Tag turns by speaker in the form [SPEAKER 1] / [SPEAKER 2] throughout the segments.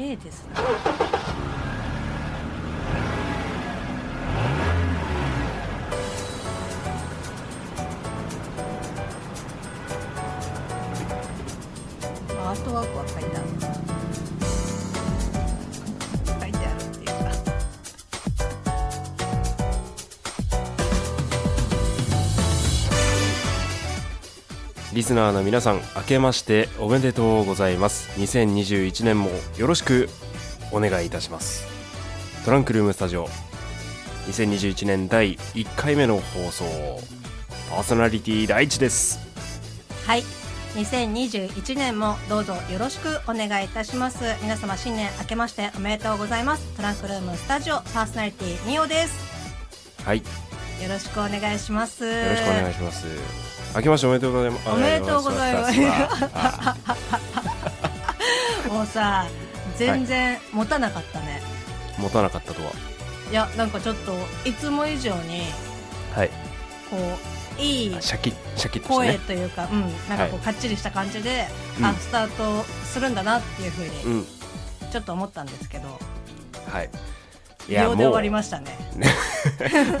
[SPEAKER 1] ええですねアートワークは書いてある書いてあるっていうか
[SPEAKER 2] リスナーの皆さん明けましておめでとうございます2021年もよろしくお願いいたしますトランクルームスタジオ2021年第1回目の放送パーソナリティ第一です
[SPEAKER 1] はい2021年もどうぞよろしくお願いいたします皆様新年明けましておめでとうございますトランクルームスタジオパーソナリティミオです
[SPEAKER 2] はいよ
[SPEAKER 1] よろしくお願いしますよ
[SPEAKER 2] ろしくお願いします明けましておめでとうございます
[SPEAKER 1] おめでとうございます
[SPEAKER 2] あ
[SPEAKER 1] もうさ全然持たなかったね、、
[SPEAKER 2] 持たなかったとはい
[SPEAKER 1] やなんかちょっといつも以上に
[SPEAKER 2] はい
[SPEAKER 1] こういい
[SPEAKER 2] シャキッシャキッとして
[SPEAKER 1] 声
[SPEAKER 2] ね
[SPEAKER 1] というか、うんなんかこう
[SPEAKER 2] は
[SPEAKER 1] かっちりした感じで、
[SPEAKER 2] うん
[SPEAKER 1] あスタートするんだなっていうふう
[SPEAKER 2] う
[SPEAKER 1] に
[SPEAKER 2] ん
[SPEAKER 1] ちょっと思ったんですけど、
[SPEAKER 2] はい
[SPEAKER 1] 秒で終わり
[SPEAKER 2] も
[SPEAKER 1] ましたね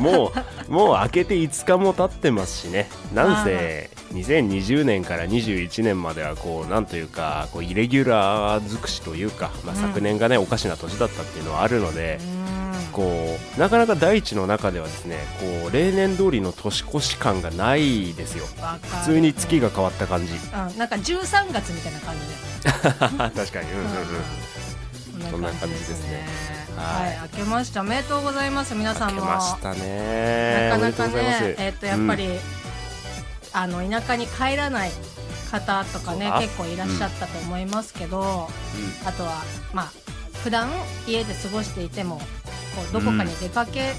[SPEAKER 2] う もうもう明けて5日も経ってますしねなんせ2020年から21年まではこうなんというかこうイレギュラー尽くしというか、まあ、
[SPEAKER 1] うん
[SPEAKER 2] 昨年がね、おかしな年だったっていうのはあるの
[SPEAKER 1] う
[SPEAKER 2] で、
[SPEAKER 1] ん
[SPEAKER 2] こうなかなか大地の中ではですねこう例年通りの年越し感がないですよ
[SPEAKER 1] わかる
[SPEAKER 2] 普通に月が変わった 感じ
[SPEAKER 1] うん、なんか13月みたいな感じで、
[SPEAKER 2] 確かにうんうんうん
[SPEAKER 1] うん
[SPEAKER 2] そんな感じですね
[SPEAKER 1] はい、
[SPEAKER 2] は
[SPEAKER 1] 明けましておめでとうございます皆さん
[SPEAKER 2] 明
[SPEAKER 1] も
[SPEAKER 2] けましたね
[SPEAKER 1] なかなか
[SPEAKER 2] おめでとうございます
[SPEAKER 1] ねえっ、とやっぱり、
[SPEAKER 2] うん
[SPEAKER 1] あの田舎に帰らない方とか
[SPEAKER 2] そ
[SPEAKER 1] ね
[SPEAKER 2] うだ
[SPEAKER 1] 結構いらっしゃったと思いますけど、あとはまあ普段家で過ごしていてもこうどこかに出かけ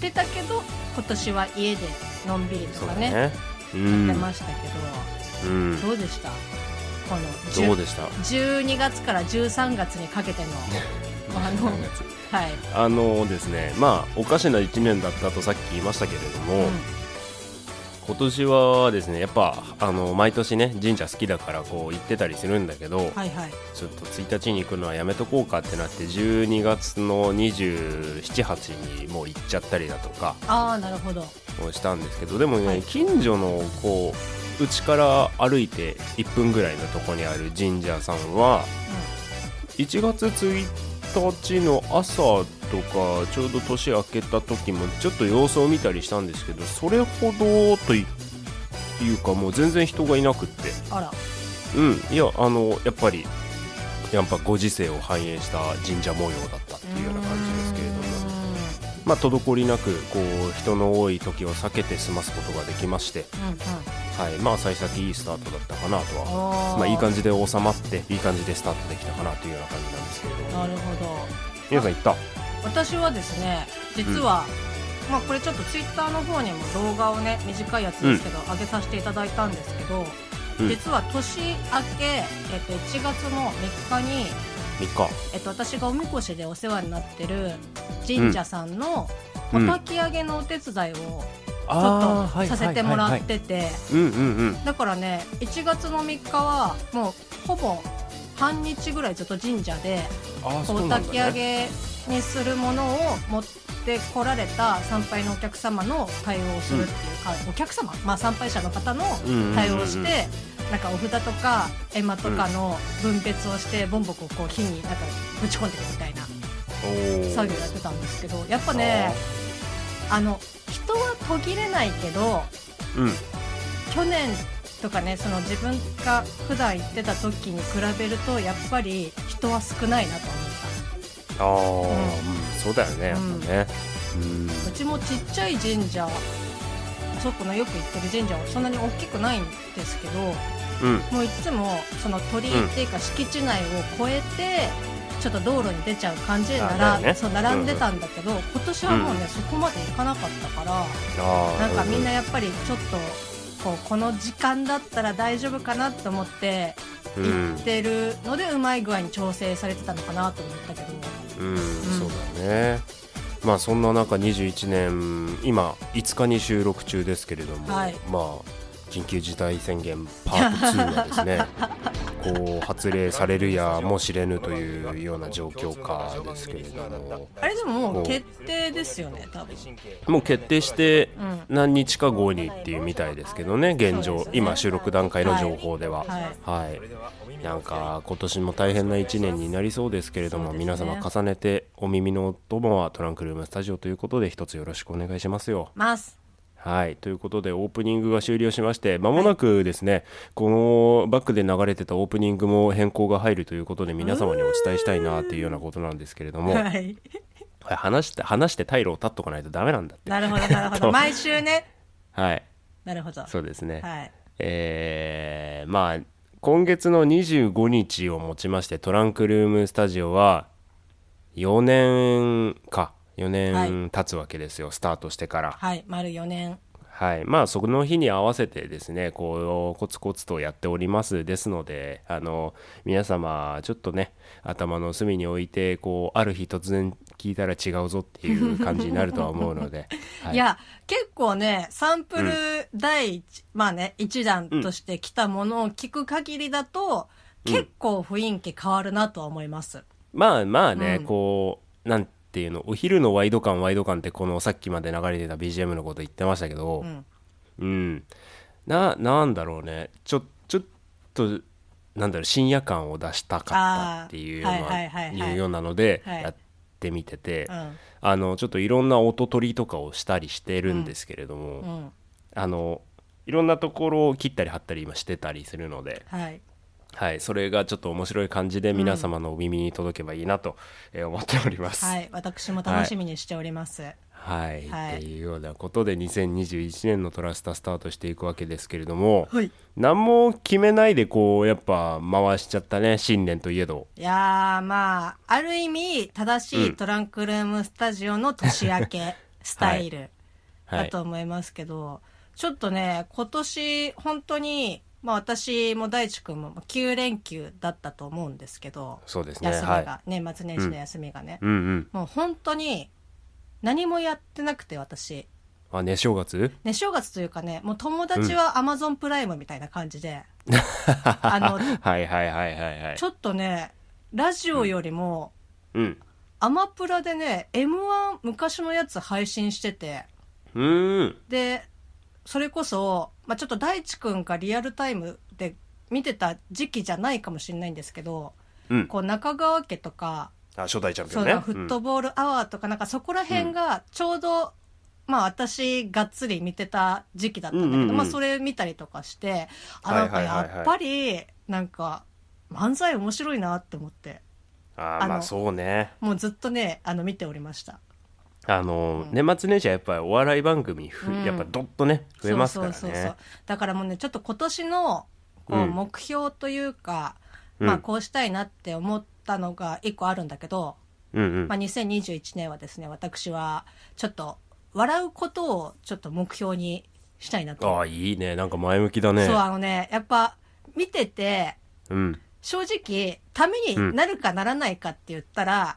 [SPEAKER 1] てたけど、今年は家でのんびりと
[SPEAKER 2] そう
[SPEAKER 1] か
[SPEAKER 2] だ
[SPEAKER 1] ね
[SPEAKER 2] ねう
[SPEAKER 1] や
[SPEAKER 2] ん
[SPEAKER 1] ってましたけど、
[SPEAKER 2] うん
[SPEAKER 1] どうでしたこの
[SPEAKER 2] ど
[SPEAKER 1] 10
[SPEAKER 2] うでした
[SPEAKER 1] 12月から13月にかけてのあのはい、
[SPEAKER 2] あのですねまあおかしな1年だったとさっき言いましたけれども、
[SPEAKER 1] う
[SPEAKER 2] 今年はですねやっぱあの毎年ね神社好きだからこう行ってたりするんだけど、
[SPEAKER 1] んはいはい
[SPEAKER 2] ちょっと1日に行くのはやめとこうかってなって12月の278にもう行っちゃったりだとか
[SPEAKER 1] ああなるほど
[SPEAKER 2] をしたんですけどでもね、
[SPEAKER 1] はい
[SPEAKER 2] 近所のこううちから歩いて1分ぐらいのとこにある神社さんは1月1日の朝とかちょうど年明けた時もちょっと様子を見たりしたんですけどそれほどといいうかもう全然人がいなくって
[SPEAKER 1] あら
[SPEAKER 2] うんいやあのやっぱりやっぱご時世を反映した神社模様だったっていうような感じですけれどもまあ滞りなくこう人の多い時を避けて済ますことができまして
[SPEAKER 1] うんうん
[SPEAKER 2] はいまあ幸先いいスタートだったかなとは
[SPEAKER 1] あー
[SPEAKER 2] まあいい感じで収まっていい感じでスタートできたかなというような感じなんですけれども
[SPEAKER 1] なるほど
[SPEAKER 2] 皆さん行った
[SPEAKER 1] 私はですね実は、まあこれちょっとツイッターの方にも動画をね短いやつですけど、上げさせていただいたんですけど、
[SPEAKER 2] うん
[SPEAKER 1] 実は年明け、えっと1月の3日に、
[SPEAKER 2] 3日
[SPEAKER 1] えっと私がおみこしでお世話になってる神社さんの
[SPEAKER 2] う
[SPEAKER 1] た
[SPEAKER 2] ん
[SPEAKER 1] たき上げのお手伝いをちょ
[SPEAKER 2] あ
[SPEAKER 1] っ
[SPEAKER 2] ーは
[SPEAKER 1] と
[SPEAKER 2] い
[SPEAKER 1] させてもら
[SPEAKER 2] は
[SPEAKER 1] っ
[SPEAKER 2] いはい
[SPEAKER 1] てて、
[SPEAKER 2] うんうんうん
[SPEAKER 1] だからね1月の3日はもうほぼ半日ぐらいずっと神社で
[SPEAKER 2] あー
[SPEAKER 1] こ
[SPEAKER 2] そううなんだ
[SPEAKER 1] 炊き上
[SPEAKER 2] ね
[SPEAKER 1] げにするものを持ってこられた参拝のお客様の対応をするっていうか、お客様、まあ、参拝者の方の
[SPEAKER 2] うんうんうんうん
[SPEAKER 1] 対応をして、なんかお札とか絵馬とかの分別をして、ボンボコをこう火になんかぶち込んでいくみたいな
[SPEAKER 2] おー
[SPEAKER 1] 作業やってたんですけどやっぱねあの人は途切れないけど
[SPEAKER 2] うん
[SPEAKER 1] 去年とかねその自分が普段行ってた時に比べるとやっぱり人は少ないなと思った。
[SPEAKER 2] ああ、うんそうだよね、やっぱね。うん。
[SPEAKER 1] うちもちっちゃい神社そこのよく行ってる神社はそんなに大きくないんですけど
[SPEAKER 2] うん。
[SPEAKER 1] もういつもその鳥居っていうか敷地内を越えて、ちょっと道路に出ちゃう感じでな
[SPEAKER 2] あだ
[SPEAKER 1] ら、
[SPEAKER 2] よね
[SPEAKER 1] そう並んでたんだけど、今年はもうね、
[SPEAKER 2] うん
[SPEAKER 1] そこまで行かなかったから、
[SPEAKER 2] ああ。
[SPEAKER 1] なんかみんなやっぱりちょっとこうこの時間だったら大丈夫かなと思って
[SPEAKER 2] う
[SPEAKER 1] 行
[SPEAKER 2] ん
[SPEAKER 1] っ。てるので、うまい具合に調整されてたのかなと思ったけど。
[SPEAKER 2] うん、そうだね。まあそんな中21年今5日に収録中ですけれども、
[SPEAKER 1] はい
[SPEAKER 2] まあ緊急事態宣言パート2はですねこう発令されるやもしれぬというような状況下ですけれども
[SPEAKER 1] あれでもも
[SPEAKER 2] お
[SPEAKER 1] う決定ですよね多分
[SPEAKER 2] もう決定して
[SPEAKER 1] うん
[SPEAKER 2] 何日か後にっていうみたいですけどね現
[SPEAKER 1] そうで
[SPEAKER 2] 状
[SPEAKER 1] すね
[SPEAKER 2] 今収録段階の情報では
[SPEAKER 1] は
[SPEAKER 2] はい、なんか今年も大変な1年になりそうですけれども、
[SPEAKER 1] そうですね
[SPEAKER 2] 皆様重ねてお耳のお供はトランクルームスタジオということで一つよろしくお願いしますよ。
[SPEAKER 1] ます
[SPEAKER 2] はいということでオープニングが終了しましてまもなくですね、このバックで流れてたオープニングも変更が入るということで皆様にお伝えしたいなっていうようなことなんですけれどもこ
[SPEAKER 1] はい
[SPEAKER 2] れ話して話して退路を立っとかないとダメなんだって
[SPEAKER 1] なるほどなる ほど毎週ね
[SPEAKER 2] はい
[SPEAKER 1] なるほど
[SPEAKER 2] そうですね、
[SPEAKER 1] はい
[SPEAKER 2] えーまあ今月の25日をもちましてトランクルームスタジオは4年か4年経つわけですよ、スタートしてから
[SPEAKER 1] はい丸4年
[SPEAKER 2] はいまあその日に合わせてですねこうコツコツとやっておりますですのであの皆様ちょっとね頭の隅に置いてこうある日突然聞いたら違うぞっていう感じになるとは思うので、はい
[SPEAKER 1] いや、結構ね、サンプル第一、まあね、一弾として来たものを聞く限りだと、結構雰囲気変わるなとは思います。
[SPEAKER 2] まあまあね、
[SPEAKER 1] うん
[SPEAKER 2] こうなんていうのお昼のワイド感ワイド感ってこのさっきまで流れてた BGM のこと言ってましたけど
[SPEAKER 1] うん。
[SPEAKER 2] うん、ななんだろうねちょちょっとなんだろう深夜感を出したかったっていうよう
[SPEAKER 1] あーはいはい
[SPEAKER 2] な
[SPEAKER 1] はいはい
[SPEAKER 2] いうようなので
[SPEAKER 1] はい
[SPEAKER 2] やってみてて、
[SPEAKER 1] うん。
[SPEAKER 2] あのちょっといろんな音取りとかをしたりしてるんですけれども、
[SPEAKER 1] うん。
[SPEAKER 2] あのいろんなところを切ったり貼ったり今してたりするので、
[SPEAKER 1] はい。
[SPEAKER 2] はい、それがちょっと面白い感じで皆様のお耳に届けばいいなとえー思っております。は、
[SPEAKER 1] はいい。私も楽しみにしております。はい。はい
[SPEAKER 2] っていうようなことで2021年のトラスタスタートしていくわけですけれども、
[SPEAKER 1] い、
[SPEAKER 2] 何も決めないでこうやっぱ回しちゃったね新年といえど。
[SPEAKER 1] やー、まあ、ある意味、正しいトランクルームスタジオの年明けスタイル
[SPEAKER 2] は
[SPEAKER 1] だ
[SPEAKER 2] い
[SPEAKER 1] と、思いますけど、ちょっとね、今年、本当に、まあ私も大地君も9連休だったと思うんですけど、
[SPEAKER 2] そうですね。
[SPEAKER 1] 休みが、
[SPEAKER 2] はい。
[SPEAKER 1] 年末年始の休みがね、
[SPEAKER 2] うんうん。
[SPEAKER 1] もう本当に何もやってなくて私
[SPEAKER 2] あね正月？
[SPEAKER 1] ね正月というかねもう友達はアマゾンプライムみたいな感じで、あの
[SPEAKER 2] はいはいはいはいはい
[SPEAKER 1] ち。ょっとねラジオよりも、
[SPEAKER 2] うん。
[SPEAKER 1] アマプラでね m 1昔のやつ配信してて
[SPEAKER 2] うーん。
[SPEAKER 1] でそれこそ、まあ、ちょっと大地君がリアルタイムで見てた時期じゃないかもしれないんですけど
[SPEAKER 2] うん。
[SPEAKER 1] こう中川家とか
[SPEAKER 2] あ初代チャンピオ
[SPEAKER 1] そう
[SPEAKER 2] ンね。
[SPEAKER 1] だ、フットボールアワーとかなんかそこら辺がちょうど、まあ私がっつり見てた時期だったんだけど、
[SPEAKER 2] うんうんうん
[SPEAKER 1] まあそれ見たりとかしてあ
[SPEAKER 2] は
[SPEAKER 1] ないんか
[SPEAKER 2] はいはいはい
[SPEAKER 1] やっぱりなんか漫才面白いなって思って
[SPEAKER 2] うん、あーま
[SPEAKER 1] あ
[SPEAKER 2] あ
[SPEAKER 1] の
[SPEAKER 2] そうね。
[SPEAKER 1] もうずっとねあの見ておりました
[SPEAKER 2] あの、
[SPEAKER 1] うん
[SPEAKER 2] 年末年始はやっぱりお笑い番組ふ、
[SPEAKER 1] うん
[SPEAKER 2] やっぱどっとね増えますからね
[SPEAKER 1] そうそうそうそうだからもうねちょっと今年のこ
[SPEAKER 2] う
[SPEAKER 1] うん目標というか、
[SPEAKER 2] うん
[SPEAKER 1] まあこうしたいなって思ったのが一個あるんだけど、
[SPEAKER 2] うんうん
[SPEAKER 1] まあ、2021年はですね私はちょっと笑うことをちょっと目標にしたいなと
[SPEAKER 2] ああいいねなんか前向きだね
[SPEAKER 1] そう、あのね、やっぱ、見てて、
[SPEAKER 2] うん
[SPEAKER 1] 正直、ためになるかならないかって言ったら、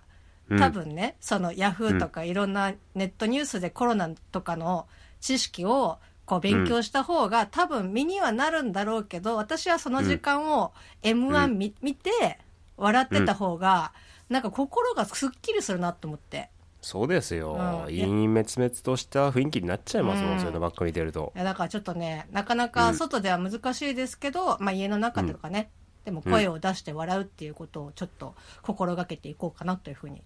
[SPEAKER 2] うん、
[SPEAKER 1] 多分ね、そのヤフーとかいろんなネットニュースでコロナとかの知識をこう勉強した方が多分身にはなるんだろうけど、私はその時間を M1 見,、見て笑ってた方が、なんか心がすっきりするなと思って。
[SPEAKER 2] そうですよ、
[SPEAKER 1] うん
[SPEAKER 2] 陰滅々とした雰囲気になっちゃいますもん、
[SPEAKER 1] うん
[SPEAKER 2] そういうのばっか見てると
[SPEAKER 1] いやだからちょっとねなかな
[SPEAKER 2] う
[SPEAKER 1] か
[SPEAKER 2] ん
[SPEAKER 1] 外では難しいですけど、まあ、家の中とかね、でも声を出して笑うっていうことをちょっと心がけていこうかなというふうに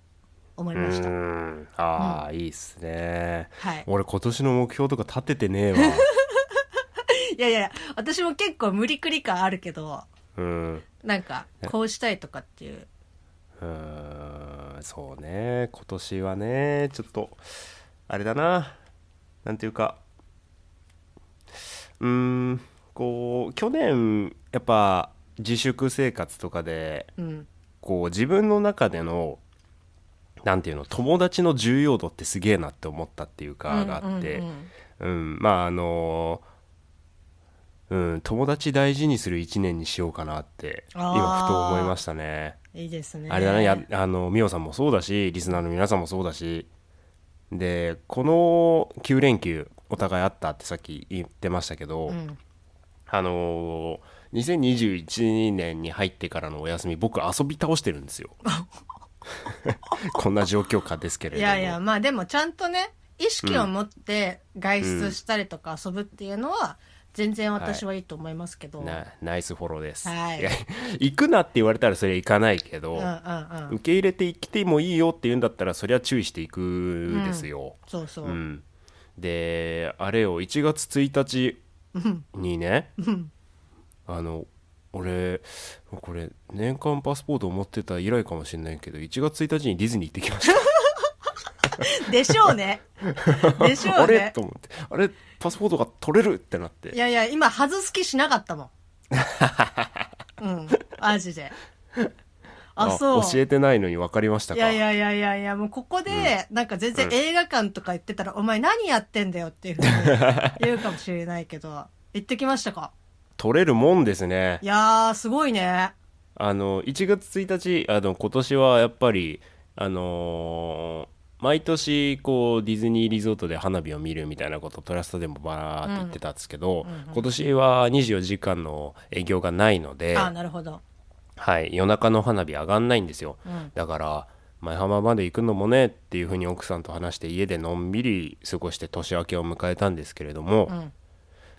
[SPEAKER 1] 思いうました、
[SPEAKER 2] んああ、いいっすね
[SPEAKER 1] はい、
[SPEAKER 2] 俺今年の目標とか立ててねえ わ
[SPEAKER 1] いやいやいや私も結構無理くり感あるけど
[SPEAKER 2] うん
[SPEAKER 1] なんかこうしたいとかっていう
[SPEAKER 2] うんそうね今年はねちょっとあれだななんていうかうーんこう去年やっぱ自粛生活とかで
[SPEAKER 1] うん
[SPEAKER 2] こう自分の中でのなんていうの友達の重要度ってすげえなって思ったっていうかがあって
[SPEAKER 1] うんうんうん
[SPEAKER 2] うんまああのうん友達大事にする1年にしようかなって今
[SPEAKER 1] あー
[SPEAKER 2] ふと思いましたね。
[SPEAKER 1] いいですね
[SPEAKER 2] あれだねやあのミオさんもそうだしリスナーの皆さんもそうだしでこの9連休お互いあったってさっき言ってましたけど、
[SPEAKER 1] うん
[SPEAKER 2] あのー2021年に入ってからのお休み僕遊び倒してる んですよこんな状況下ですけれ
[SPEAKER 1] い
[SPEAKER 2] ども
[SPEAKER 1] やいやまあでもちゃんとね意識を持って外出したりとか遊ぶっていうのは全然私はいいと思いますけど、
[SPEAKER 2] なナイスフォローです、
[SPEAKER 1] はい
[SPEAKER 2] や行くなって言われたらそれは行かないけど、
[SPEAKER 1] うんうんうん
[SPEAKER 2] 受け入れてきてもいいよって言うんだったらそりゃ注意していくですよ、
[SPEAKER 1] そうそう、
[SPEAKER 2] うんであれを1月1日にね、あの俺これ年間パスポートを持ってた以来かもしれないけど1月1日にディズニー行ってきました
[SPEAKER 1] でしょう ねでしょ
[SPEAKER 2] あ
[SPEAKER 1] う
[SPEAKER 2] れ
[SPEAKER 1] ね
[SPEAKER 2] と思ってあれパスポートが取れるってなっ
[SPEAKER 1] い
[SPEAKER 2] て
[SPEAKER 1] やいや今外す気しなかったもんうんマジであそう
[SPEAKER 2] 教えてないのに分かりましたか
[SPEAKER 1] いやいやいやいやいや、もうここで、なんか全然
[SPEAKER 2] うん
[SPEAKER 1] 映画館とか行ってたら、お前何やってんだよっていうふうに言うかもしれないけど、 行ってきましたか
[SPEAKER 2] 取れるもんですね
[SPEAKER 1] いやー、すごいね。
[SPEAKER 2] あの1月1日あの今年はやっぱりあのー毎年こうディズニーリゾートで花火を見るみたいなことトラストでもバーって言ってたんですけど、今年は24時間の営業がないので、
[SPEAKER 1] あーなるほど。
[SPEAKER 2] はい、夜中の花火上がんないんですよ、
[SPEAKER 1] うん
[SPEAKER 2] だから前浜まで行くのもねっていうふうに奥さんと話して家でのんびり過ごして年明けを迎えたんですけれども、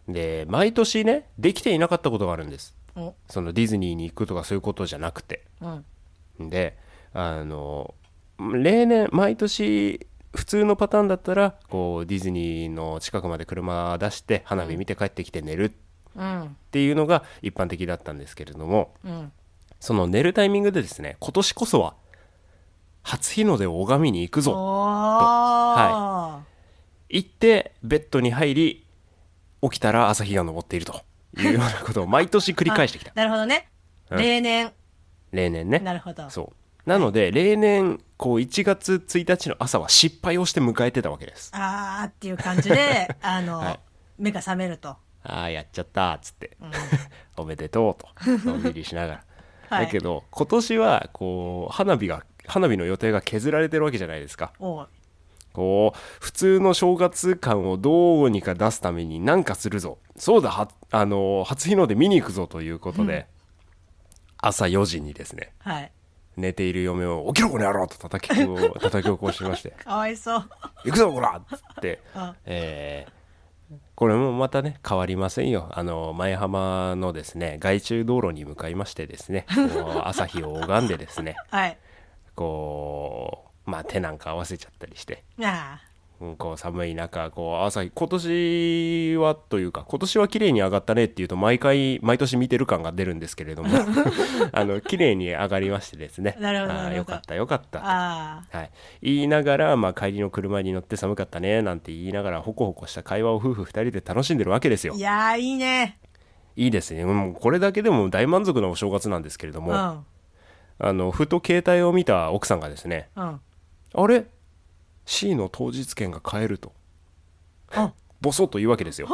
[SPEAKER 1] うん。
[SPEAKER 2] で毎年ねできていなかったことがあるんです
[SPEAKER 1] お、
[SPEAKER 2] そのディズニーに行くとかそういうことじゃなくて。
[SPEAKER 1] うん。
[SPEAKER 2] であの例年毎年普通のパターンだったらこうディズニーの近くまで車出して花火見て帰ってきて寝るっ
[SPEAKER 1] うん。
[SPEAKER 2] ていうのが一般的だったんですけれども
[SPEAKER 1] うん。
[SPEAKER 2] その寝るタイミングでですね今年こそは初日の出を拝みに行く
[SPEAKER 1] おー。
[SPEAKER 2] ぞ
[SPEAKER 1] は
[SPEAKER 2] 行ってベッドに入り起きたら朝日が昇っているとい うようなことを毎年繰り返してきた
[SPEAKER 1] なるほどね。
[SPEAKER 2] うん
[SPEAKER 1] 例年。
[SPEAKER 2] 例年ね
[SPEAKER 1] なるほど。
[SPEAKER 2] そうなので例年こう1月1日の朝は失敗をして迎えてたわけです
[SPEAKER 1] あーっていう感じ で、あの、
[SPEAKER 2] はい
[SPEAKER 1] 目が覚めると。
[SPEAKER 2] ああやっちゃったっつって、 おめでとうとのんびりしながら、
[SPEAKER 1] はい
[SPEAKER 2] だけど今年はこう花火が花火の予定が削られてるわけじゃないですか
[SPEAKER 1] おう
[SPEAKER 2] こう普通の正月感をどうにか出すために何かするぞそうだはあの初日の出見に行くぞということで、朝4時にですね
[SPEAKER 1] はい。
[SPEAKER 2] 寝ている嫁を「起きろこの野郎!」と叩きを叩き起こしまして
[SPEAKER 1] かわいそう。
[SPEAKER 2] 行くぞこらっつって
[SPEAKER 1] あ、
[SPEAKER 2] えーこれもまたね変わりませんよあの前浜のですね外中道路に向かいましてですねこ う朝日を拝んでですね
[SPEAKER 1] はい。
[SPEAKER 2] こうまあ手なんか合わせちゃったりして。
[SPEAKER 1] あ
[SPEAKER 2] うんこう寒い中こう朝日今年はというか今年は綺麗に上がったねっていうと毎回毎年見てる感が出るんですけれ どもあの綺麗に上がりましてですね
[SPEAKER 1] なるほど
[SPEAKER 2] あー
[SPEAKER 1] なるほど
[SPEAKER 2] よかったよかった
[SPEAKER 1] ーあー。
[SPEAKER 2] はい、言いながら、まあ、帰りの車に乗って寒かったねなんて言いながらホコホコした会話を夫婦2人で楽しんでるわけですよ
[SPEAKER 1] いやー、いいね。
[SPEAKER 2] いいですねもうこれだけでも大満足なお正月なんですけれど
[SPEAKER 1] う
[SPEAKER 2] も、あ
[SPEAKER 1] ん。
[SPEAKER 2] のふと携帯を見た奥さんがですね
[SPEAKER 1] うん。
[SPEAKER 2] あれ C の当日券が買えると
[SPEAKER 1] あ
[SPEAKER 2] ボソッと言うわけで すよ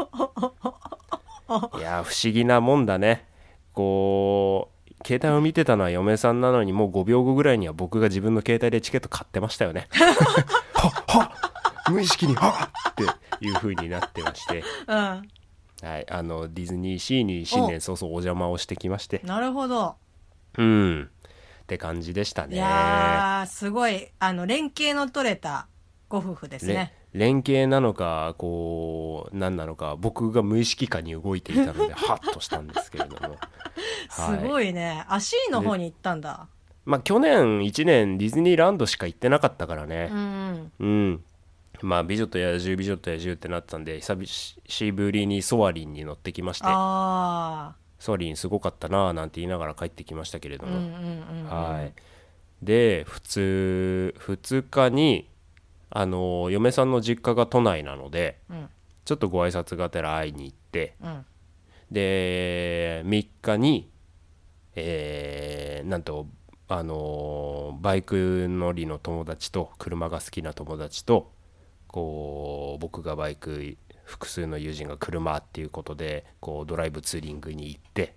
[SPEAKER 2] いやー不思議なもんだねこう携帯を見てたのは嫁さんなのにもう5秒後ぐらいには僕が自分の携帯でチケット買ってました よねはは無意識にはっていう風になってまして、
[SPEAKER 1] うん。
[SPEAKER 2] はい、あのディズニーシーに新年早々お邪魔をしてきまして
[SPEAKER 1] なるほど。
[SPEAKER 2] うんって感じでしたね
[SPEAKER 1] いやー、すごい、あの、連携の取れたご夫婦ですね
[SPEAKER 2] れ。連携なのかこう何なのか僕が無意識下に動いていた のでハッとしたんですけれども、
[SPEAKER 1] す
[SPEAKER 2] い
[SPEAKER 1] ごいね。あ、C の方に行ったんだ。
[SPEAKER 2] まあ去年1年ディズニーランドしか行ってなかったから
[SPEAKER 1] う
[SPEAKER 2] ね
[SPEAKER 1] ん。
[SPEAKER 2] うん、まあ「美女と野獣美女と野獣」ってなってたんで久しぶりにソアリンに乗ってきまして
[SPEAKER 1] あ
[SPEAKER 2] ソアリンすごかったなあなんて言いながら帰ってきましたけれど
[SPEAKER 1] ー。うん
[SPEAKER 2] も、
[SPEAKER 1] うんうん。
[SPEAKER 2] はいで普通2日にあの嫁さんの実家が都内なので
[SPEAKER 1] うん
[SPEAKER 2] ちょっとご挨拶がてら会いに行って
[SPEAKER 1] うん。
[SPEAKER 2] で3日にえーなんとあのーバイク乗りの友達と車が好きな友達とこう僕がバイク複数の友人が車っていうことでこうドライブツーリングに行ってっ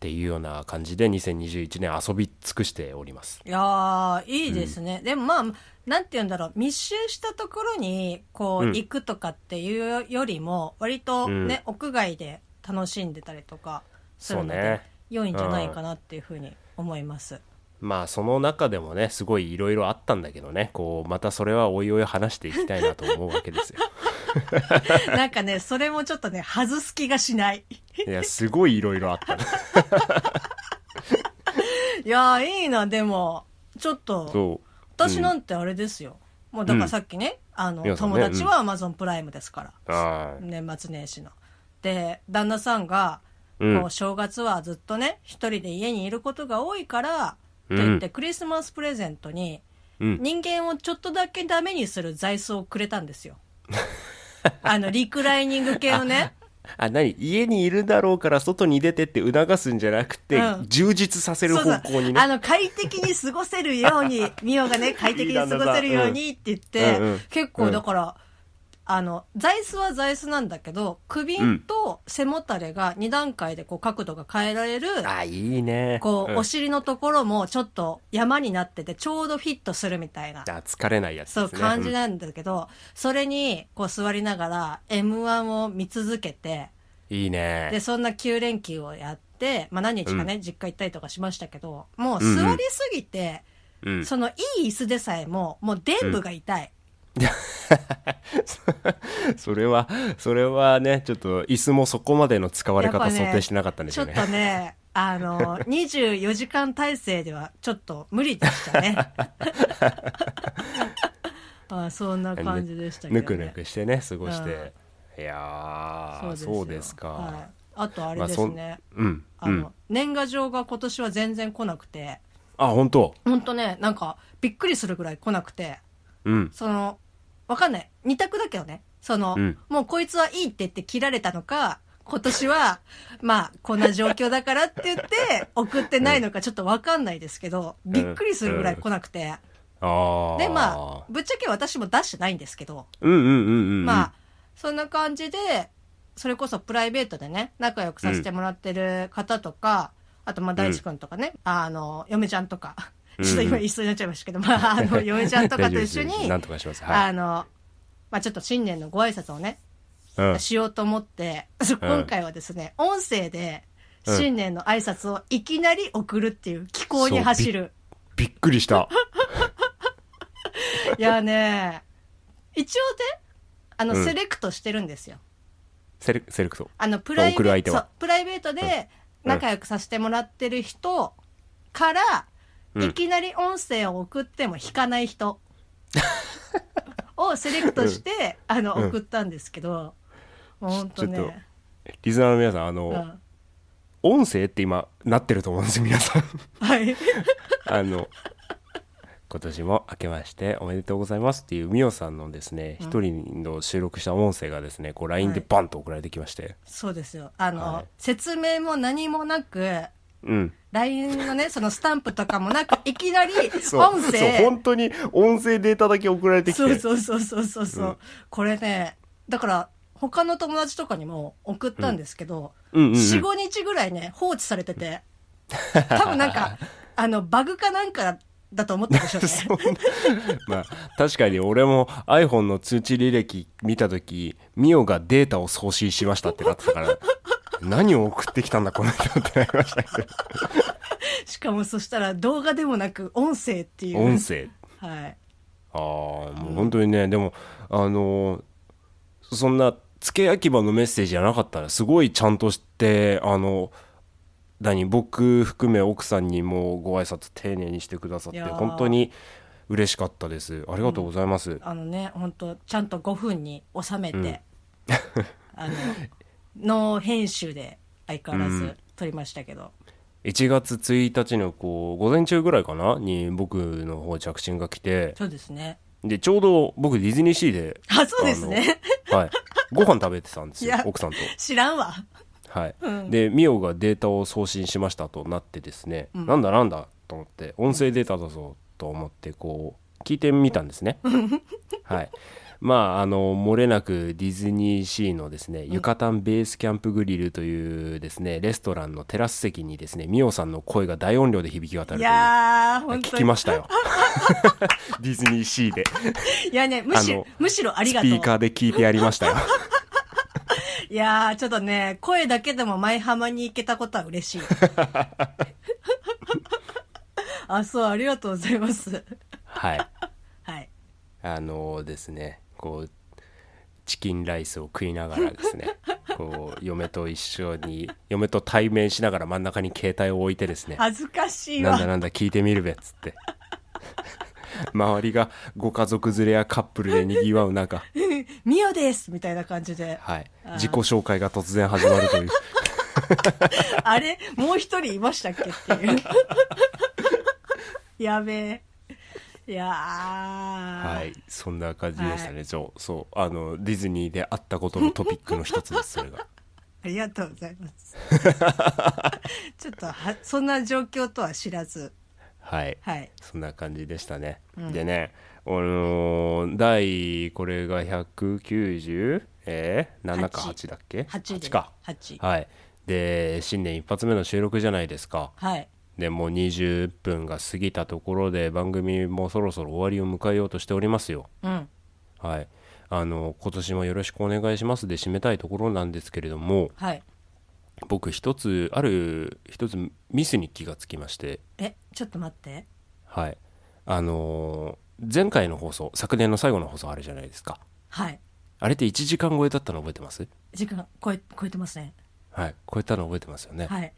[SPEAKER 2] ていうような感じで2021年遊び尽くしております。
[SPEAKER 1] いやー、いいですね。でもまあ、なんて言うんだろう、密集したところに、こう、
[SPEAKER 2] うん
[SPEAKER 1] 行くとかっていうよりも、割とね、屋外で楽しんでたりとかす
[SPEAKER 2] そ
[SPEAKER 1] る
[SPEAKER 2] う
[SPEAKER 1] ので、
[SPEAKER 2] ね
[SPEAKER 1] 良いんじゃないかなっていうふうに思います。
[SPEAKER 2] まあその中でもねすごいいろいろあったんだけどねこうまたそれはおいおい話していきたいなと思うわけです よ
[SPEAKER 1] なんかね、それもちょっとね、外す気がしない。
[SPEAKER 2] いやすごいいろいろあったね
[SPEAKER 1] いやー、いいな、でも、ちょっと、
[SPEAKER 2] そう
[SPEAKER 1] 私なんてあれですよ。もうだからさっきね、あの、
[SPEAKER 2] いやそうね
[SPEAKER 1] 友達は Amazon プライムですから。
[SPEAKER 2] はい
[SPEAKER 1] 年末年始の。で、旦那さんが、
[SPEAKER 2] うん
[SPEAKER 1] こう正月はずっとね、一人で家にいることが多いから、って言って、クリスマスプレゼントに、
[SPEAKER 2] うん
[SPEAKER 1] 人間をちょっとだけダメにする座椅子をくれたんですよ。 あの、リクライニング系のね。
[SPEAKER 2] あ何家にいるだろうから外に出てって促すんじゃなくて、
[SPEAKER 1] うん
[SPEAKER 2] 充実させる
[SPEAKER 1] そうそう
[SPEAKER 2] 方向に
[SPEAKER 1] あ
[SPEAKER 2] ね
[SPEAKER 1] の、快適に過ごせるように、ミオが ね、快適に過ごせるようにって言って、
[SPEAKER 2] うんうんうん
[SPEAKER 1] 結構だから、あの、座椅子は座椅子なんだけど、首と背もたれが2段階でこう角度が変えられる、
[SPEAKER 2] あいいね
[SPEAKER 1] こう、
[SPEAKER 2] ん
[SPEAKER 1] お尻のところもちょっと山になってて、ちょうどフィットするみたいな、
[SPEAKER 2] あ疲れないやつです
[SPEAKER 1] そ
[SPEAKER 2] ね
[SPEAKER 1] う感じ
[SPEAKER 2] い、
[SPEAKER 1] なんだけど、それに、こう座りながら、M1 を見続けて、
[SPEAKER 2] うんいいね
[SPEAKER 1] で、そんな9連休をやって、まあ何日かね、実家行ったりとかしましたけど、もう座りすぎて、
[SPEAKER 2] うん、
[SPEAKER 1] そのいい椅子でさえも、もうデ部が痛い。
[SPEAKER 2] それはそれはねちょっと椅子もそこまでの使われ
[SPEAKER 1] やっぱ
[SPEAKER 2] 方
[SPEAKER 1] ね
[SPEAKER 2] 想定してなかったんでし
[SPEAKER 1] ち
[SPEAKER 2] ょ
[SPEAKER 1] ょ
[SPEAKER 2] う
[SPEAKER 1] っ
[SPEAKER 2] ね
[SPEAKER 1] とね、あ の、24時間体制ではちょっと無理でした ね。あそんな感じでしたけど、ね。
[SPEAKER 2] ぬくぬくしてね過ごして、いやー
[SPEAKER 1] よ
[SPEAKER 2] そうですか、
[SPEAKER 1] はい、あとあれですね、
[SPEAKER 2] うんう
[SPEAKER 1] あの、
[SPEAKER 2] ん
[SPEAKER 1] 年賀状が今年は全然来なくて、
[SPEAKER 2] あ本当
[SPEAKER 1] ほんとね、なんかびっくりするぐらい来なくて、
[SPEAKER 2] うん
[SPEAKER 1] その、わかんない。二択だけどね。その、
[SPEAKER 2] うん
[SPEAKER 1] もうこいつはいいって言って切られたのか、今年は、 まあ、こんな状況だからって言って、送ってないのかちょっとわかんないですけど、びっくりするぐらい来なくて。
[SPEAKER 2] ああ
[SPEAKER 1] で、まあ、ぶっちゃけ私も出してないんですけど、
[SPEAKER 2] うんうんうんうんうん
[SPEAKER 1] まあ、そんな感じで、それこそプライベートでね、仲良くさせてもらってる方とか、あと、まあ、大地くんとかね、あの、嫁ちゃんとか、
[SPEAKER 2] うん
[SPEAKER 1] ちょっと今一緒になっちゃいましたけど、まあ、あ の、嫁ちゃんとかと一緒
[SPEAKER 2] 大丈夫です
[SPEAKER 1] に
[SPEAKER 2] なん、とかしますは
[SPEAKER 1] あ
[SPEAKER 2] い、
[SPEAKER 1] の、まあ、ちょっと新年のご挨拶をね、
[SPEAKER 2] うん、
[SPEAKER 1] しようと思って、 今回はですね、音声で、
[SPEAKER 2] うん
[SPEAKER 1] 新年の挨拶をいきなり送るっていう気候に走る。
[SPEAKER 2] びっくりした
[SPEAKER 1] いやね、一応ね、あの、
[SPEAKER 2] うん
[SPEAKER 1] セレクトしてるんですよ。
[SPEAKER 2] セレセレクト
[SPEAKER 1] あの、プライ
[SPEAKER 2] 送る
[SPEAKER 1] ベ
[SPEAKER 2] 相
[SPEAKER 1] ー
[SPEAKER 2] 手
[SPEAKER 1] ト、
[SPEAKER 2] は
[SPEAKER 1] そうプライベートで
[SPEAKER 2] うん
[SPEAKER 1] 仲良くさせてもらってる人から、
[SPEAKER 2] うん
[SPEAKER 1] いきなり音声を送っても引かない 人をセレクトして、あの、
[SPEAKER 2] うん
[SPEAKER 1] 送ったんですけど、もうほんと
[SPEAKER 2] ちょっと
[SPEAKER 1] ね、
[SPEAKER 2] リスナーの皆さんあの、
[SPEAKER 1] うん
[SPEAKER 2] 音声って今なってると思うんですよ皆さん
[SPEAKER 1] はい。
[SPEAKER 2] あの今年も明けましておめでとうございますっていうミオさんのですね
[SPEAKER 1] うん
[SPEAKER 2] 一、人の収録した音声がですねこう LINE で
[SPEAKER 1] はい
[SPEAKER 2] バンと送られてきまして、
[SPEAKER 1] そうですよ。あの、
[SPEAKER 2] はい
[SPEAKER 1] 説明も何もなく、
[SPEAKER 2] うん、
[SPEAKER 1] LINE の ね、そのスタンプとかもなく、いきなり
[SPEAKER 2] そう
[SPEAKER 1] 音
[SPEAKER 2] そう
[SPEAKER 1] 声。
[SPEAKER 2] 本当に音声データだけ送られてきて
[SPEAKER 1] そう そうそうそうそうそう、
[SPEAKER 2] うん
[SPEAKER 1] これね、だから、他の友達とかにも送ったんですけど、
[SPEAKER 2] うんうんうん
[SPEAKER 1] 4、5日ぐらいね、放置されてて、多分なん か、あの、バグかなんかだと思ったでしょうね。
[SPEAKER 2] そんなまあ確かに俺も iPhone の通知履歴見た時ミオがデータを送信しましたってなってたから何を送ってきたんだこの人ってなりましたけど
[SPEAKER 1] しかもそしたら動画でもなく音声っていう。
[SPEAKER 2] 音声
[SPEAKER 1] はい。
[SPEAKER 2] ああもう本当にね、でもあのーそんな付け焼き場のメッセージじゃなかったらすごいちゃんとしてあの何僕含め奥さんにもご挨拶丁寧にしてくださっ
[SPEAKER 1] い
[SPEAKER 2] て
[SPEAKER 1] やー
[SPEAKER 2] 本当に嬉しかったですありがとうございます、
[SPEAKER 1] あのね、本当ちゃんと5分に収めて、 あの、ノー編集で相変わらず撮りましたけど。
[SPEAKER 2] 1月1日のこう午前中ぐらいかなに僕の方着信が来て
[SPEAKER 1] そうですね。
[SPEAKER 2] でちょうど僕ディズニーシーで
[SPEAKER 1] あ、そうですね。
[SPEAKER 2] あのはいご飯食べてたんです よ
[SPEAKER 1] いや
[SPEAKER 2] 奥さんと
[SPEAKER 1] 知らんわ。
[SPEAKER 2] はい、
[SPEAKER 1] うん
[SPEAKER 2] でミオがデータを送信しましたとなってですね、
[SPEAKER 1] うん
[SPEAKER 2] なんだなんだと思って音声データだぞと思ってこう聞いてみたんです ねはいまああの漏れなくディズニーシーのですねユカタンベースキャンプグリルというですねレストランのテラス席にですねミオさんの声が大音量で響き渡
[SPEAKER 1] い
[SPEAKER 2] るという
[SPEAKER 1] やー、本当
[SPEAKER 2] 聞
[SPEAKER 1] に
[SPEAKER 2] き。ましたよ ディズニーシーで
[SPEAKER 1] いやね、むし
[SPEAKER 2] あ
[SPEAKER 1] ろ
[SPEAKER 2] の、
[SPEAKER 1] むしろあり
[SPEAKER 2] ス
[SPEAKER 1] がと
[SPEAKER 2] ピ
[SPEAKER 1] う。
[SPEAKER 2] ーカーで聞いてやりましたよ
[SPEAKER 1] いやー、ちょっとね、声だけでも舞浜に行けたことは嬉しい。 あ、そう、ありがとうございます。
[SPEAKER 2] はい
[SPEAKER 1] はい。
[SPEAKER 2] あのですねこうチキンライスを食いながらで すねこう嫁と一緒に嫁と対面しながら真ん中に携帯を置いてですね
[SPEAKER 1] 恥ずかしい
[SPEAKER 2] なんだ
[SPEAKER 1] わ。
[SPEAKER 2] なんだ聞いてみるべっつって周りがご家族連れやカップルでにぎわう中
[SPEAKER 1] ミオですみたいな感じで。
[SPEAKER 2] はい
[SPEAKER 1] あー
[SPEAKER 2] 自己紹介が突然始まると いう
[SPEAKER 1] あれもう一人いましたっけっていう。 やべえ。いやー。
[SPEAKER 2] は、
[SPEAKER 1] はい
[SPEAKER 2] そんな感じでしたね、そうそうあのディズニーであったことのトピックの一つですそれが
[SPEAKER 1] ありがとうございます。 ちょっとは、そんな状況とは知らず。
[SPEAKER 2] はい
[SPEAKER 1] はい。
[SPEAKER 2] そんな感じでしたね、
[SPEAKER 1] うん
[SPEAKER 2] でねあのー第これが190えー、7か
[SPEAKER 1] 八
[SPEAKER 2] 8だっけ
[SPEAKER 1] 8で。
[SPEAKER 2] 8か
[SPEAKER 1] 8。
[SPEAKER 2] はいで新年一発目の収録じゃないですか
[SPEAKER 1] はい。
[SPEAKER 2] でもう20分が過ぎたところで番組もそろそろ終わりを迎えようとしておりますよ
[SPEAKER 1] うん。
[SPEAKER 2] はいあの今年もよろしくお願いしますで締めたいところなんですけれども
[SPEAKER 1] はい。
[SPEAKER 2] 僕一つある一つミスに気がつきまして
[SPEAKER 1] え、ちょっと待って。
[SPEAKER 2] はいあのー前回の放送昨年の最後の放送あるじゃないですか
[SPEAKER 1] はい。
[SPEAKER 2] あれって1時間超えだったの覚えてます
[SPEAKER 1] 時間超え、超えてますね。
[SPEAKER 2] はい超えたの覚えてますよね、
[SPEAKER 1] はい。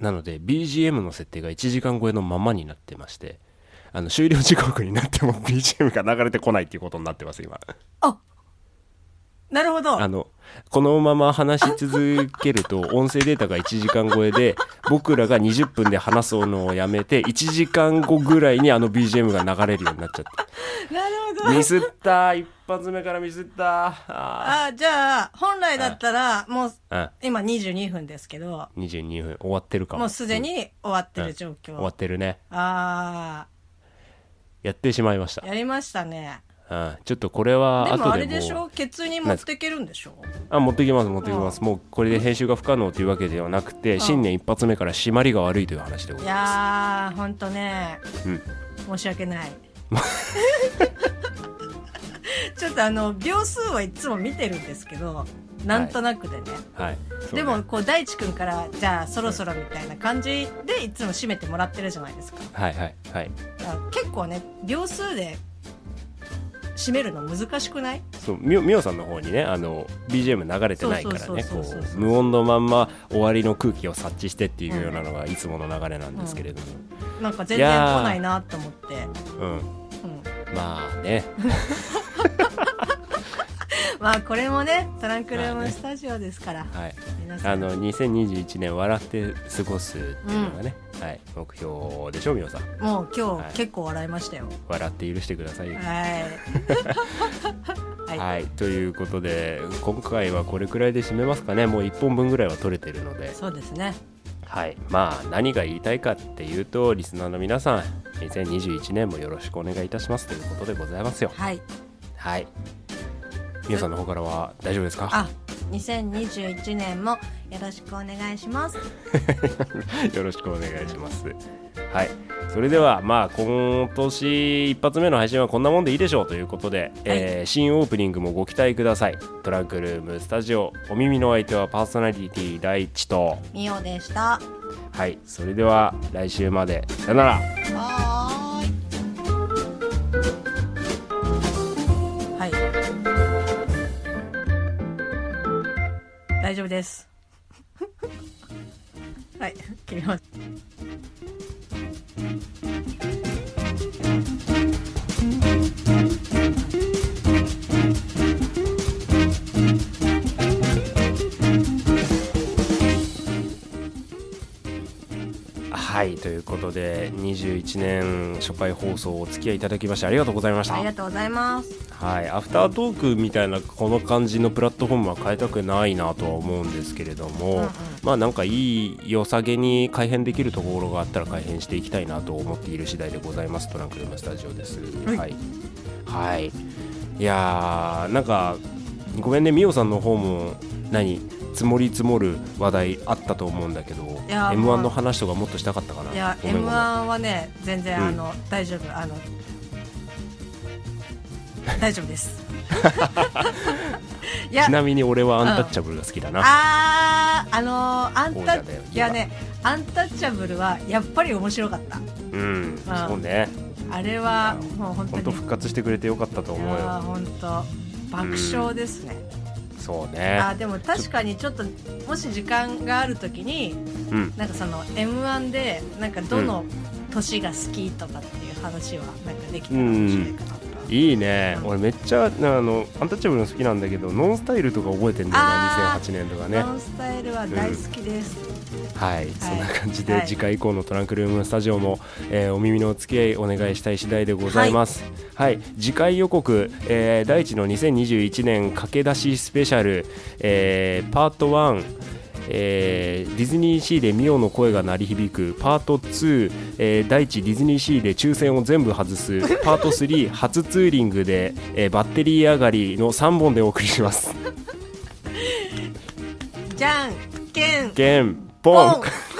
[SPEAKER 2] なので BGM の設定が1時間超えのままになってましてあの終了時刻になっても BGM が流れてこないっていうことになってます今
[SPEAKER 1] あなるほど。
[SPEAKER 2] あのこのまま話し続けると 音声データが1時間超えで僕らが20分で話すのをやめて1時間後ぐらいにあの BGM が流れるようになっちゃっ
[SPEAKER 1] なるほど。
[SPEAKER 2] てミスった一発目からミスったあ
[SPEAKER 1] あ、じゃあ、本来だったら、もう、
[SPEAKER 2] ー
[SPEAKER 1] 今22分ですけど、
[SPEAKER 2] うん22分終わってるか
[SPEAKER 1] もうすで
[SPEAKER 2] ん
[SPEAKER 1] に終わってる状況。
[SPEAKER 2] 終わってるね
[SPEAKER 1] あ
[SPEAKER 2] やってしまいました
[SPEAKER 1] あ、やりましたね。
[SPEAKER 2] うんちょっとこれは
[SPEAKER 1] で
[SPEAKER 2] 後で
[SPEAKER 1] も
[SPEAKER 2] も
[SPEAKER 1] あれでしょケツに持っていけるんでしょ
[SPEAKER 2] あ持ってきます持ってきます、もうこれで編集が不可能というわけではなくて、新年一発目から締まりが悪いという話でござ
[SPEAKER 1] い
[SPEAKER 2] いま
[SPEAKER 1] やー、ほんとね、
[SPEAKER 2] す、うん、
[SPEAKER 1] 申し訳ない。 ちょっとあの、秒数はいつも見てるんですけど、なんとなくでね。
[SPEAKER 2] はい
[SPEAKER 1] で
[SPEAKER 2] そう
[SPEAKER 1] も
[SPEAKER 2] ね
[SPEAKER 1] こう大地君からじゃあそろそろみたいな感じでいつも締めてもらってるじゃないですか
[SPEAKER 2] はいはいはい
[SPEAKER 1] だから結構ね秒数で締めるの難しくない
[SPEAKER 2] そうみおみおさんの方にねあの BGM 流れてないからね
[SPEAKER 1] そ
[SPEAKER 2] こ
[SPEAKER 1] うそうそうそうそうそう
[SPEAKER 2] う無音のまんま終わりの空気を察知してっていうようなのがいつもの流れなんですけれども、
[SPEAKER 1] なんか全
[SPEAKER 2] い
[SPEAKER 1] 然来
[SPEAKER 2] やー
[SPEAKER 1] ないなと思って、
[SPEAKER 2] うん
[SPEAKER 1] うん、
[SPEAKER 2] まあね
[SPEAKER 1] まあこれもねトランクルームスタジオですから、
[SPEAKER 2] はい
[SPEAKER 1] 皆さ
[SPEAKER 2] あ
[SPEAKER 1] ん
[SPEAKER 2] の2021年笑って過ごすっていうのがね、はい、目標でしょみおさん
[SPEAKER 1] もう今
[SPEAKER 2] はい
[SPEAKER 1] 日結構笑いましたよ
[SPEAKER 2] 笑って許してくださいよ
[SPEAKER 1] はい、はい、
[SPEAKER 2] はい、ということで今回はこれくらいで締めますかねもう1本分ぐらいは取れてるので、
[SPEAKER 1] そうですね
[SPEAKER 2] はい、まあ何が言いたいかっていうとリスナーの皆さん2021年もよろしくお願いいたしますということでございますよ
[SPEAKER 1] はい
[SPEAKER 2] はい皆さんの方からは大丈夫ですか
[SPEAKER 1] あ2021年もよろしくお願いします
[SPEAKER 2] よろしくお願いしますはいそれではまあ今年一発目の配信はこんなもんでいいでしょうということで、えー新オープニングもご期待くださいトランクルームスタジオお耳のお相手はパーソナリティ第一と
[SPEAKER 1] みおでした
[SPEAKER 2] はい、それでは来週までさよなら。
[SPEAKER 1] はーい。はい。大丈夫です。 はい、切ります。
[SPEAKER 2] はい、ということで21年初回放送お付き合いいただきましてありがとうございました
[SPEAKER 1] あり。がとうございます。
[SPEAKER 2] はい、アフタートークみたいなこの感じのプラットフォームは変えたくないなとは思うんですけれども、
[SPEAKER 1] うんうん
[SPEAKER 2] まあなんかいい良さげに改変できるところがあったら改変していきたいなと思っている次第でございますトランクルームスタジオです。
[SPEAKER 1] はい
[SPEAKER 2] はい、はい、いやーなんかごめんねみおさんの方も何積もり積もる話題あったと思うんだけど
[SPEAKER 1] いやー
[SPEAKER 2] m 1の話とかもっとしたかったかない
[SPEAKER 1] や、
[SPEAKER 2] ごめん
[SPEAKER 1] M1
[SPEAKER 2] ごめん
[SPEAKER 1] はね、全然
[SPEAKER 2] うん
[SPEAKER 1] あの、大丈夫、あの。大丈夫です。いや
[SPEAKER 2] ちなみに俺はアンタッチャブルが好きだな、
[SPEAKER 1] あーあのーアンタ
[SPEAKER 2] 王者だよ
[SPEAKER 1] ッいやねアンタッチャブルはやっぱり面白かった
[SPEAKER 2] うん、そうね
[SPEAKER 1] あれはもう本当
[SPEAKER 2] 本
[SPEAKER 1] に
[SPEAKER 2] 当復活してくれてよかったと思う
[SPEAKER 1] いやー
[SPEAKER 2] よ
[SPEAKER 1] 本当爆笑ですね、
[SPEAKER 2] そう
[SPEAKER 1] あー
[SPEAKER 2] ね
[SPEAKER 1] でも確かにちょっともし時間がある時に
[SPEAKER 2] うん
[SPEAKER 1] なんかその m 1でなんかどの年が好きとかっていう話はなんかできたら面白いかなと、
[SPEAKER 2] いいね、
[SPEAKER 1] うん
[SPEAKER 2] 俺めっちゃあのアンタッチャブルの好きなんだけどノンスタイルとか覚えてんだよな
[SPEAKER 1] あー
[SPEAKER 2] 2008年とかね
[SPEAKER 1] ノンスタイルは大好きです、
[SPEAKER 2] はい、そんな感じで、
[SPEAKER 1] はい
[SPEAKER 2] 次回以降のトランクルームスタジオも、えーお耳のお付き合いお願いしたい次第でございますはい、次回予告、えー、第一の2021年駆け出しスペシャル、えーパート1えーディズニーシーでミオの声が鳴り響くパート2、えー、第一ディズニーシーで抽選を全部外 すパート3初ツーリングで、えーバッテリー上がりの3本でお送りし ます。
[SPEAKER 1] じゃんけん
[SPEAKER 2] ゲン
[SPEAKER 1] ポ
[SPEAKER 2] ポン
[SPEAKER 1] ン